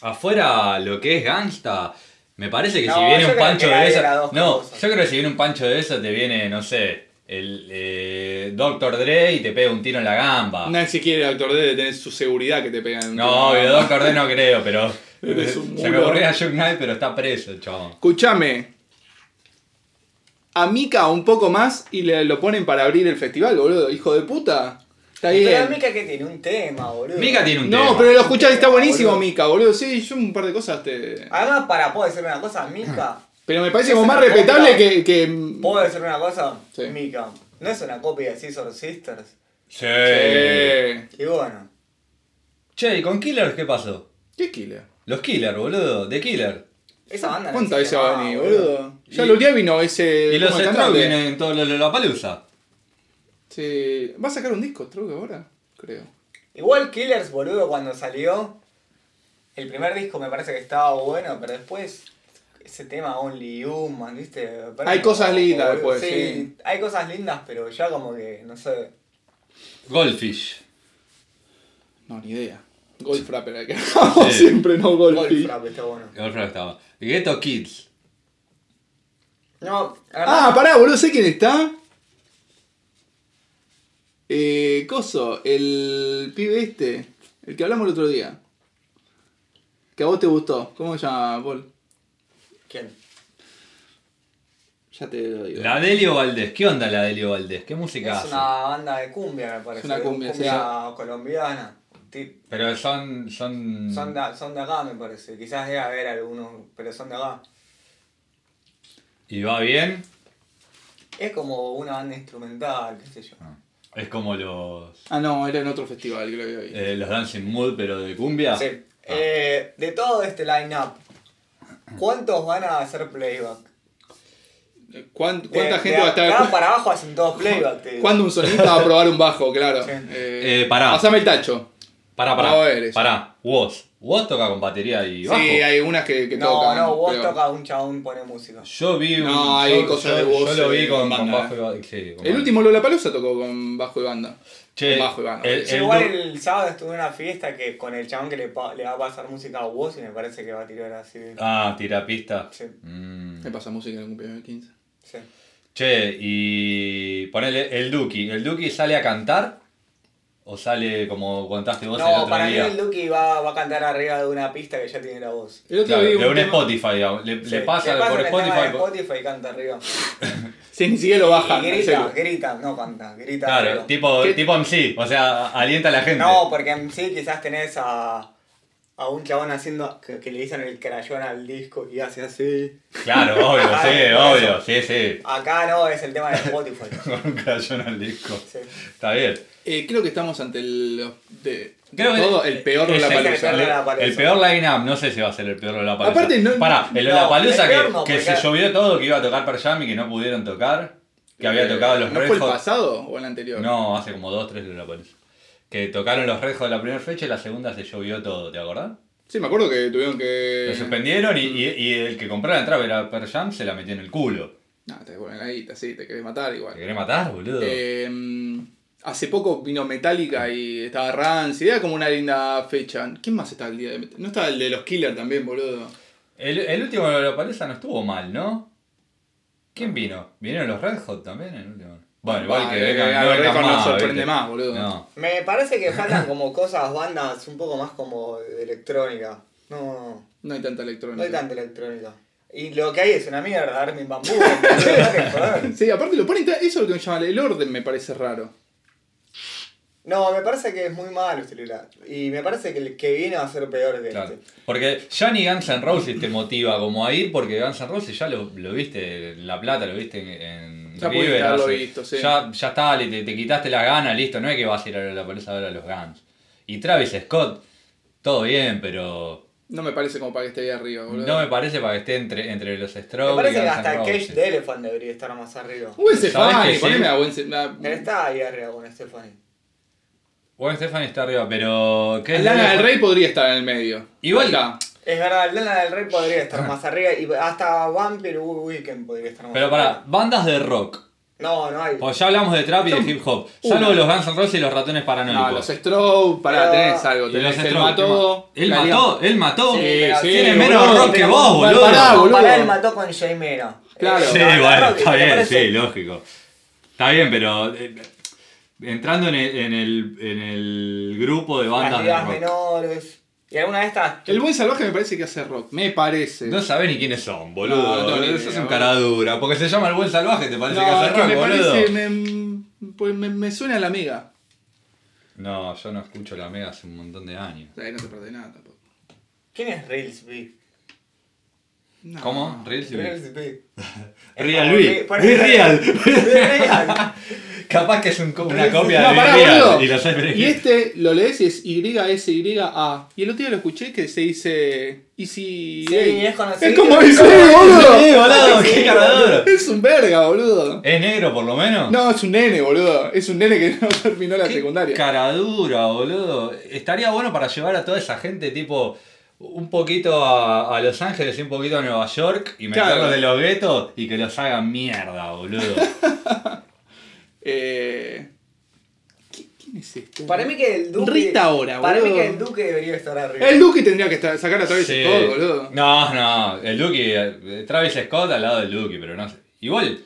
[SPEAKER 1] Afuera lo que es gangsta, me parece que
[SPEAKER 2] No,
[SPEAKER 1] si
[SPEAKER 2] yo
[SPEAKER 1] viene un
[SPEAKER 2] creo
[SPEAKER 1] pancho
[SPEAKER 2] que hay
[SPEAKER 1] de
[SPEAKER 2] de
[SPEAKER 1] eso.
[SPEAKER 2] las dos
[SPEAKER 1] No,
[SPEAKER 2] cosas.
[SPEAKER 1] yo creo que si viene un pancho de eso te viene, no sé, el eh, Dr. Dre y te pega un tiro en la gamba. No,
[SPEAKER 3] Nadie si quiere el actor de tener su seguridad que te pegan.
[SPEAKER 1] obvio, Dr. Dre no creo, pero.
[SPEAKER 3] Eres un
[SPEAKER 1] se me
[SPEAKER 3] mulo.
[SPEAKER 1] ocurría Chuck Knight, pero está preso, el chabón.
[SPEAKER 3] Escúchame. A Mika un poco más y le, lo ponen para abrir el festival, boludo. Hijo de puta. Está
[SPEAKER 2] Pero
[SPEAKER 3] bien.
[SPEAKER 2] Mika que tiene un tema, boludo.
[SPEAKER 1] Mika tiene un tema.
[SPEAKER 3] No, pero lo escuchás, está buenísimo,
[SPEAKER 2] Boludo.
[SPEAKER 3] Mika, boludo. Sí, yo un par de cosas te.
[SPEAKER 2] Además, para, puedo decir una cosa, Mika.
[SPEAKER 3] Pero me parece
[SPEAKER 2] Es
[SPEAKER 3] como
[SPEAKER 2] una
[SPEAKER 3] más respetable
[SPEAKER 2] copia.
[SPEAKER 3] que. que...
[SPEAKER 2] ¿Puedo decir una cosa?
[SPEAKER 3] Sí.
[SPEAKER 2] Mika, ¿no es una copia de Scissor Sisters?
[SPEAKER 1] Sí.
[SPEAKER 3] Eh,
[SPEAKER 2] Y bueno,
[SPEAKER 1] Che, ¿y con Killer qué pasó?
[SPEAKER 3] ¿Qué killer?
[SPEAKER 1] Los Killer, boludo, de Killer.
[SPEAKER 2] esa banda no
[SPEAKER 3] ¿Cuántas
[SPEAKER 2] existe
[SPEAKER 3] veces va a
[SPEAKER 2] más,
[SPEAKER 3] venir, boludo? Ya
[SPEAKER 1] Y-
[SPEAKER 3] lo vino ese.
[SPEAKER 1] Y los
[SPEAKER 3] Eh, ¿cómo
[SPEAKER 1] Strokes
[SPEAKER 3] el cantante?
[SPEAKER 1] vienen en todo lo de la palusa.
[SPEAKER 3] Sí. ¿Va a sacar un disco, Stroke, ahora? Creo.
[SPEAKER 2] Igual Killers, boludo, cuando salió, el primer disco me parece que estaba bueno, pero después ese tema Only Human, ¿viste? Me parece
[SPEAKER 3] Hay cosas
[SPEAKER 2] como,
[SPEAKER 3] lindas
[SPEAKER 2] boludo,
[SPEAKER 3] después, sí.
[SPEAKER 2] Hay cosas lindas, pero ya como que, no sé.
[SPEAKER 1] Goldfish.
[SPEAKER 3] No, ni idea. Goldfrapp era el que hablamos siempre, no Goldfish.
[SPEAKER 2] Goldfrapp está bueno.
[SPEAKER 1] Goldfish estaba. Ghetto Kids.
[SPEAKER 2] No,
[SPEAKER 3] Ah,
[SPEAKER 2] además,
[SPEAKER 3] pará, boludo, sé quién está. Eh, Coso, el pibe este, el que hablamos el otro día. Que a vos te gustó. ¿Cómo se llama, Paul?
[SPEAKER 2] ¿quién?
[SPEAKER 3] Ya te lo digo.
[SPEAKER 1] La Delio Valdés. ¿Qué onda la Delio Valdés? ¿Qué música
[SPEAKER 2] Es
[SPEAKER 1] hace?
[SPEAKER 2] una banda de cumbia, me parece.
[SPEAKER 3] una cumbia,
[SPEAKER 2] colombiana. Ti-
[SPEAKER 1] Pero son. son.
[SPEAKER 3] Mm.
[SPEAKER 2] Son de, son de acá, me parece. Quizás debe haber algunos, pero son de acá.
[SPEAKER 1] ¿Y va bien?
[SPEAKER 2] Es como una banda instrumental, qué sé yo.
[SPEAKER 1] Es como los,
[SPEAKER 3] Ah, no, era en otro festival, creo que había.
[SPEAKER 1] eh, los Dancing Mood, pero de cumbia.
[SPEAKER 2] Sí.
[SPEAKER 1] Ah,
[SPEAKER 2] Eh, de todo este line-up, ¿cuántos van a hacer playback?
[SPEAKER 1] Eh,
[SPEAKER 3] ¿Cuán-
[SPEAKER 2] De-
[SPEAKER 3] ¿Cuánta
[SPEAKER 2] de
[SPEAKER 3] gente va a
[SPEAKER 2] Acá
[SPEAKER 3] estar.?
[SPEAKER 2] para abajo hacen todos playback. te digo.
[SPEAKER 3] ¿Cuándo un solista va a probar un bajo? Claro.
[SPEAKER 2] Sí.
[SPEAKER 1] Eh, pará.
[SPEAKER 3] Pasame el tacho.
[SPEAKER 1] Pará,
[SPEAKER 3] No
[SPEAKER 1] pará.
[SPEAKER 3] eres.
[SPEAKER 1] pará. Woz. Woz toca con batería y bajo.
[SPEAKER 3] Sí, hay unas que, que
[SPEAKER 2] No,
[SPEAKER 3] tocan.
[SPEAKER 2] no, vos
[SPEAKER 3] pero-
[SPEAKER 2] toca un chabón pone música.
[SPEAKER 1] Yo vi un-
[SPEAKER 3] No, hay
[SPEAKER 1] yo,
[SPEAKER 3] cosas de
[SPEAKER 1] yo-
[SPEAKER 3] Woz,
[SPEAKER 1] Yo lo vi
[SPEAKER 3] eh,
[SPEAKER 1] con,
[SPEAKER 3] banda,
[SPEAKER 1] con bajo
[SPEAKER 3] eh.
[SPEAKER 1] y ba- sí, con
[SPEAKER 3] El
[SPEAKER 1] banda.
[SPEAKER 3] último Lollapalooza tocó con bajo y banda.
[SPEAKER 1] Che,
[SPEAKER 3] con bajo y banda.
[SPEAKER 1] el-
[SPEAKER 2] Yo igual
[SPEAKER 1] do-
[SPEAKER 2] el sábado estuve en una fiesta que con el chabón que le, pa- le va a pasar música a vos y me parece que va a tirar así.
[SPEAKER 1] Ah, tirapista.
[SPEAKER 2] Sí.
[SPEAKER 1] Mm.
[SPEAKER 3] Me pasa música en el cumpleaños de 15.
[SPEAKER 2] sí.
[SPEAKER 1] Che, y ponele el Duki. ¿El Duki sale a cantar? ¿O sale como contaste vos el
[SPEAKER 2] No,
[SPEAKER 1] otro
[SPEAKER 2] para mí
[SPEAKER 1] día?
[SPEAKER 2] el Duki va, va a cantar arriba de una pista que ya tiene la voz.
[SPEAKER 3] El otro
[SPEAKER 1] Claro,
[SPEAKER 3] día vi
[SPEAKER 1] de un
[SPEAKER 3] tema-
[SPEAKER 1] Spotify, digamos. Le,
[SPEAKER 2] Sí,
[SPEAKER 1] le pasa por
[SPEAKER 2] el tema
[SPEAKER 1] Spotify.
[SPEAKER 2] de Spotify y canta arriba.
[SPEAKER 3] Sí, ni siquiera lo bajan.
[SPEAKER 2] y
[SPEAKER 3] en
[SPEAKER 2] grita,
[SPEAKER 3] serio.
[SPEAKER 2] grita, no canta, grita.
[SPEAKER 1] Claro,
[SPEAKER 2] arriba.
[SPEAKER 1] tipo,
[SPEAKER 3] ¿Qué?
[SPEAKER 1] tipo MC, o sea, alienta a la gente.
[SPEAKER 2] No, porque en sí quizás tenés a, a un chabón haciendo que, que le dicen el crayón al disco y hace así.
[SPEAKER 1] Claro, obvio,
[SPEAKER 2] Ah,
[SPEAKER 1] sí,
[SPEAKER 2] por
[SPEAKER 1] obvio,
[SPEAKER 2] eso.
[SPEAKER 1] sí, sí.
[SPEAKER 2] Acá no, es el tema de Spotify.
[SPEAKER 1] Con un crayón al disco.
[SPEAKER 2] Sí.
[SPEAKER 1] Está bien.
[SPEAKER 3] Eh, creo que estamos ante el. De,
[SPEAKER 1] Creo que-
[SPEAKER 3] todo el peor
[SPEAKER 1] es el-
[SPEAKER 3] Lollapalooza.
[SPEAKER 2] el peor Lollapalooza.
[SPEAKER 1] El peor line-up, no sé si va a ser el peor Lollapalooza.
[SPEAKER 3] Aparte, no-
[SPEAKER 1] Pará, el
[SPEAKER 2] no,
[SPEAKER 1] Lollapalooza
[SPEAKER 2] el
[SPEAKER 1] que,
[SPEAKER 2] peor no,
[SPEAKER 1] que
[SPEAKER 2] porque-
[SPEAKER 1] se llovió todo, que iba a tocar Per Jam y que no pudieron tocar. Que había
[SPEAKER 3] Eh,
[SPEAKER 1] tocado los
[SPEAKER 3] ¿No
[SPEAKER 1] Red
[SPEAKER 3] fue el
[SPEAKER 1] Hot-
[SPEAKER 3] pasado o el anterior?
[SPEAKER 1] No, hace como dos, tres Lollapalooza. Que tocaron los Red Hot de la primera fecha y la segunda se llovió todo, ¿te acordás?
[SPEAKER 3] Sí, me acuerdo que tuvieron que.
[SPEAKER 1] Lo suspendieron
[SPEAKER 3] mm.
[SPEAKER 1] y, y- y el que compró la entrada era Per Jam, se la metió en el culo.
[SPEAKER 3] No, te devuelven la guita, sí, te querés matar
[SPEAKER 1] ¿Te
[SPEAKER 3] igual.
[SPEAKER 1] querés matar, boludo?
[SPEAKER 3] Eh, hace poco vino Metallica y estaba Rance, y era como una linda fecha. ¿Quién más estaba el día de Met- No estaba el de los Killers también, boludo.
[SPEAKER 1] El, el último de Lollapalooza no estuvo mal, ¿no? ¿Quién vino? ¿Vinieron los Red Hot también el último? Bueno, igual
[SPEAKER 3] Ah,
[SPEAKER 1] que
[SPEAKER 3] eh,
[SPEAKER 1] vengan-
[SPEAKER 3] a
[SPEAKER 1] no
[SPEAKER 3] los Red
[SPEAKER 1] vengan
[SPEAKER 3] Hot nos
[SPEAKER 1] más,
[SPEAKER 3] sorprende
[SPEAKER 1] ¿viste?
[SPEAKER 3] más, boludo.
[SPEAKER 1] No.
[SPEAKER 2] Me parece que faltan como cosas, bandas un poco más como de electrónica. No,
[SPEAKER 3] No hay tanta
[SPEAKER 2] no,
[SPEAKER 3] electrónica.
[SPEAKER 2] no hay tanta electrónica. Y lo que hay es una mierda, Armin Bambú. déjate joder.
[SPEAKER 3] Sí, aparte lo ponen. Eso es lo que me llama el orden, me parece raro.
[SPEAKER 2] no, me parece que es muy malo este Lila. Y me parece que el que viene va a ser peor que
[SPEAKER 1] Claro.
[SPEAKER 2] este.
[SPEAKER 1] Porque ya ni Guns N' Roses te motiva como a ir, porque Guns N' Roses ya lo, lo viste en La Plata, lo viste en, en
[SPEAKER 3] Ya pudiste
[SPEAKER 1] River.
[SPEAKER 3] haberlo
[SPEAKER 1] hace-
[SPEAKER 3] visto, sí.
[SPEAKER 1] Ya, ya está, le- te, te quitaste la gana, listo. No es que vas a ir a la pobreza a ver a los Guns. Y Travis Scott, todo bien, pero
[SPEAKER 3] No me parece como para que esté ahí arriba, boludo.
[SPEAKER 1] no me parece para que esté entre, entre los Strokes
[SPEAKER 2] Me
[SPEAKER 1] y
[SPEAKER 2] parece que
[SPEAKER 1] Guns N'
[SPEAKER 2] hasta Cage
[SPEAKER 1] Roses.
[SPEAKER 2] de Elephant debería estar más arriba.
[SPEAKER 3] Gwen
[SPEAKER 1] ¿Sabés
[SPEAKER 3] Stefani,
[SPEAKER 1] que sí?
[SPEAKER 3] poneme a Gwen Stefani.
[SPEAKER 2] Pero está ahí arriba con Stephanie.
[SPEAKER 1] Bueno, Stephanie está arriba, pero... Cage
[SPEAKER 3] Lana
[SPEAKER 1] Dele-
[SPEAKER 3] del Rey podría estar en el medio.
[SPEAKER 1] Igual-
[SPEAKER 3] Acá.
[SPEAKER 2] Es verdad, Lana del Rey podría estar más arriba. Y hasta Vampire Weekend podría estar más
[SPEAKER 1] Pero pará,
[SPEAKER 2] arriba.
[SPEAKER 1] bandas de rock.
[SPEAKER 2] No, no hay.
[SPEAKER 1] Pues ya hablamos de trap y de
[SPEAKER 3] Son
[SPEAKER 1] hip hop.
[SPEAKER 3] una.
[SPEAKER 1] Salvo los Guns N' Roses y los ratones paranoicos.
[SPEAKER 3] No, Ah, los Strobe, pará,
[SPEAKER 2] Pero-
[SPEAKER 3] tenés algo.
[SPEAKER 1] Y los
[SPEAKER 3] Tenés el
[SPEAKER 1] Strokes,
[SPEAKER 3] mató.
[SPEAKER 1] ¿Él
[SPEAKER 3] la
[SPEAKER 1] mató? ¿Él mató?
[SPEAKER 2] Sí,
[SPEAKER 1] Tiene
[SPEAKER 2] sí,
[SPEAKER 1] menos
[SPEAKER 3] boludo,
[SPEAKER 1] rock que
[SPEAKER 3] tenemos
[SPEAKER 1] vos,
[SPEAKER 3] un mal
[SPEAKER 1] boludo.
[SPEAKER 3] parado, boludo.
[SPEAKER 2] Compará el mató con Eh, Jaimera.
[SPEAKER 3] Claro.
[SPEAKER 1] Sí,
[SPEAKER 3] No,
[SPEAKER 1] bueno, está bien, sí, lógico. Está bien, pero eh, entrando en el, en el, en el grupo de bandas
[SPEAKER 2] Las
[SPEAKER 1] de
[SPEAKER 2] ligas
[SPEAKER 1] rock.
[SPEAKER 2] menores. Y alguna de estas.
[SPEAKER 3] El buen salvaje me parece que hace rock, me parece.
[SPEAKER 1] No sabés ni quiénes son, boludo.
[SPEAKER 3] No, no, ni
[SPEAKER 1] Eso
[SPEAKER 3] idea,
[SPEAKER 1] es un
[SPEAKER 3] boludo.
[SPEAKER 1] cara dura. Porque se llama el buen salvaje, te parece
[SPEAKER 3] No,
[SPEAKER 1] que hace
[SPEAKER 3] es que
[SPEAKER 1] rock,
[SPEAKER 3] me
[SPEAKER 1] boludo.
[SPEAKER 3] parece, me, pues me, me suena la mega.
[SPEAKER 1] No, yo no escucho la mega hace un montón de años.
[SPEAKER 3] Ahí no te perdés nada tampoco.
[SPEAKER 2] ¿Quién es Reels B?
[SPEAKER 3] No.
[SPEAKER 1] ¿Cómo? ¿Real?
[SPEAKER 2] Reels B.
[SPEAKER 1] Real, Luis.
[SPEAKER 2] Por-
[SPEAKER 1] Luis Real.
[SPEAKER 2] Real.
[SPEAKER 1] Capaz que es un co- una copia
[SPEAKER 3] No,
[SPEAKER 1] de
[SPEAKER 3] pará,
[SPEAKER 1] Real
[SPEAKER 3] boludo.
[SPEAKER 1] y lo sabes
[SPEAKER 3] Y este lo lees y es YSYA. Y el otro día lo escuché que se dice Easy.
[SPEAKER 2] Sí, es conocido.
[SPEAKER 3] Es como Easy, boludo.
[SPEAKER 1] boludo, qué caradura.
[SPEAKER 3] Es un verga, boludo.
[SPEAKER 1] ¿Es negro por lo menos?
[SPEAKER 3] No, es un nene, boludo. Es un nene que no terminó la
[SPEAKER 1] Qué
[SPEAKER 3] secundaria.
[SPEAKER 1] Caradura, boludo. Estaría bueno para llevar a toda esa gente, tipo, un poquito a, a Los Ángeles y un poquito a Nueva York y
[SPEAKER 3] Claro.
[SPEAKER 1] meterlos de los guetos y que los hagan mierda, boludo.
[SPEAKER 3] Eh, ¿qui- ¿Quién es este?
[SPEAKER 2] Para mí que el Duque.
[SPEAKER 3] Rita ahora,
[SPEAKER 2] Para mí
[SPEAKER 3] boludo.
[SPEAKER 2] que el Duque debería estar arriba.
[SPEAKER 3] El Duque tendría que estar- sacar a Travis
[SPEAKER 1] Sí.
[SPEAKER 3] Scott, boludo.
[SPEAKER 1] No, no, el Duki, eh, Travis Scott al lado del Duki, pero no sé. Igual,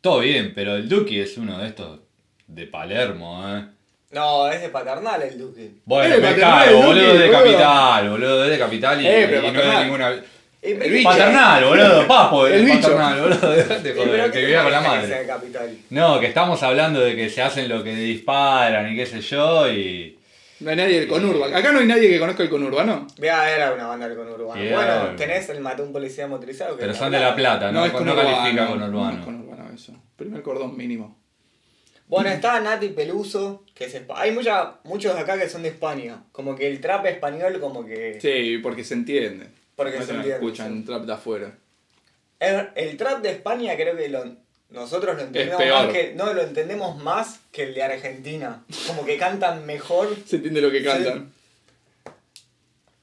[SPEAKER 1] todo bien, pero el Duki es uno de estos de Palermo, eh.
[SPEAKER 2] No, es de paternal el Duque.
[SPEAKER 1] Bueno,
[SPEAKER 3] Eh,
[SPEAKER 1] me
[SPEAKER 3] Paternal,
[SPEAKER 1] cago,
[SPEAKER 3] Duki,
[SPEAKER 1] boludo, es de
[SPEAKER 3] boludo.
[SPEAKER 1] capital, boludo, es de capital y,
[SPEAKER 3] Eh, pero
[SPEAKER 1] y no es de
[SPEAKER 3] Paternal.
[SPEAKER 1] ninguna.
[SPEAKER 2] Y-
[SPEAKER 3] El bicho.
[SPEAKER 1] Paternal, boludo, papo,
[SPEAKER 3] El
[SPEAKER 1] el
[SPEAKER 3] bicho.
[SPEAKER 1] paternal, boludo. Dejate
[SPEAKER 2] y
[SPEAKER 1] joder,
[SPEAKER 2] pero ¿qué
[SPEAKER 1] que
[SPEAKER 2] te
[SPEAKER 1] vivía con la
[SPEAKER 2] parece que sea
[SPEAKER 1] madre.
[SPEAKER 2] de capital?
[SPEAKER 1] No, que estamos hablando de que se hacen lo que disparan y qué sé yo y.
[SPEAKER 3] No hay nadie del conurbano. Acá no hay nadie que conozca el conurbano.
[SPEAKER 2] Vea, era una banda del conurbano.
[SPEAKER 1] Bien.
[SPEAKER 2] Bueno, tenés el mató un policía motorizado. Que
[SPEAKER 1] Pero
[SPEAKER 2] no
[SPEAKER 1] son de La
[SPEAKER 2] hablaba.
[SPEAKER 1] Plata, no, no,
[SPEAKER 3] conurbano,
[SPEAKER 1] califica con
[SPEAKER 3] No es
[SPEAKER 1] Urbano.
[SPEAKER 3] conurbano eso. Primer cordón mínimo.
[SPEAKER 2] Bueno, está Nati Peluso, que es espa- Hay mucha, muchos de acá que son de España. Como que el trap español, como que.
[SPEAKER 3] Sí, porque se entiende.
[SPEAKER 2] Porque
[SPEAKER 3] No
[SPEAKER 2] se
[SPEAKER 3] te
[SPEAKER 2] entiende,
[SPEAKER 3] escuchan
[SPEAKER 2] sí.
[SPEAKER 3] trap de afuera.
[SPEAKER 2] El, el trap de España creo que lo- nosotros lo entendemos
[SPEAKER 3] peor.
[SPEAKER 2] más que. No, lo entendemos más que el de Argentina. Como que cantan mejor.
[SPEAKER 3] Se entiende lo que
[SPEAKER 2] Sí.
[SPEAKER 3] cantan.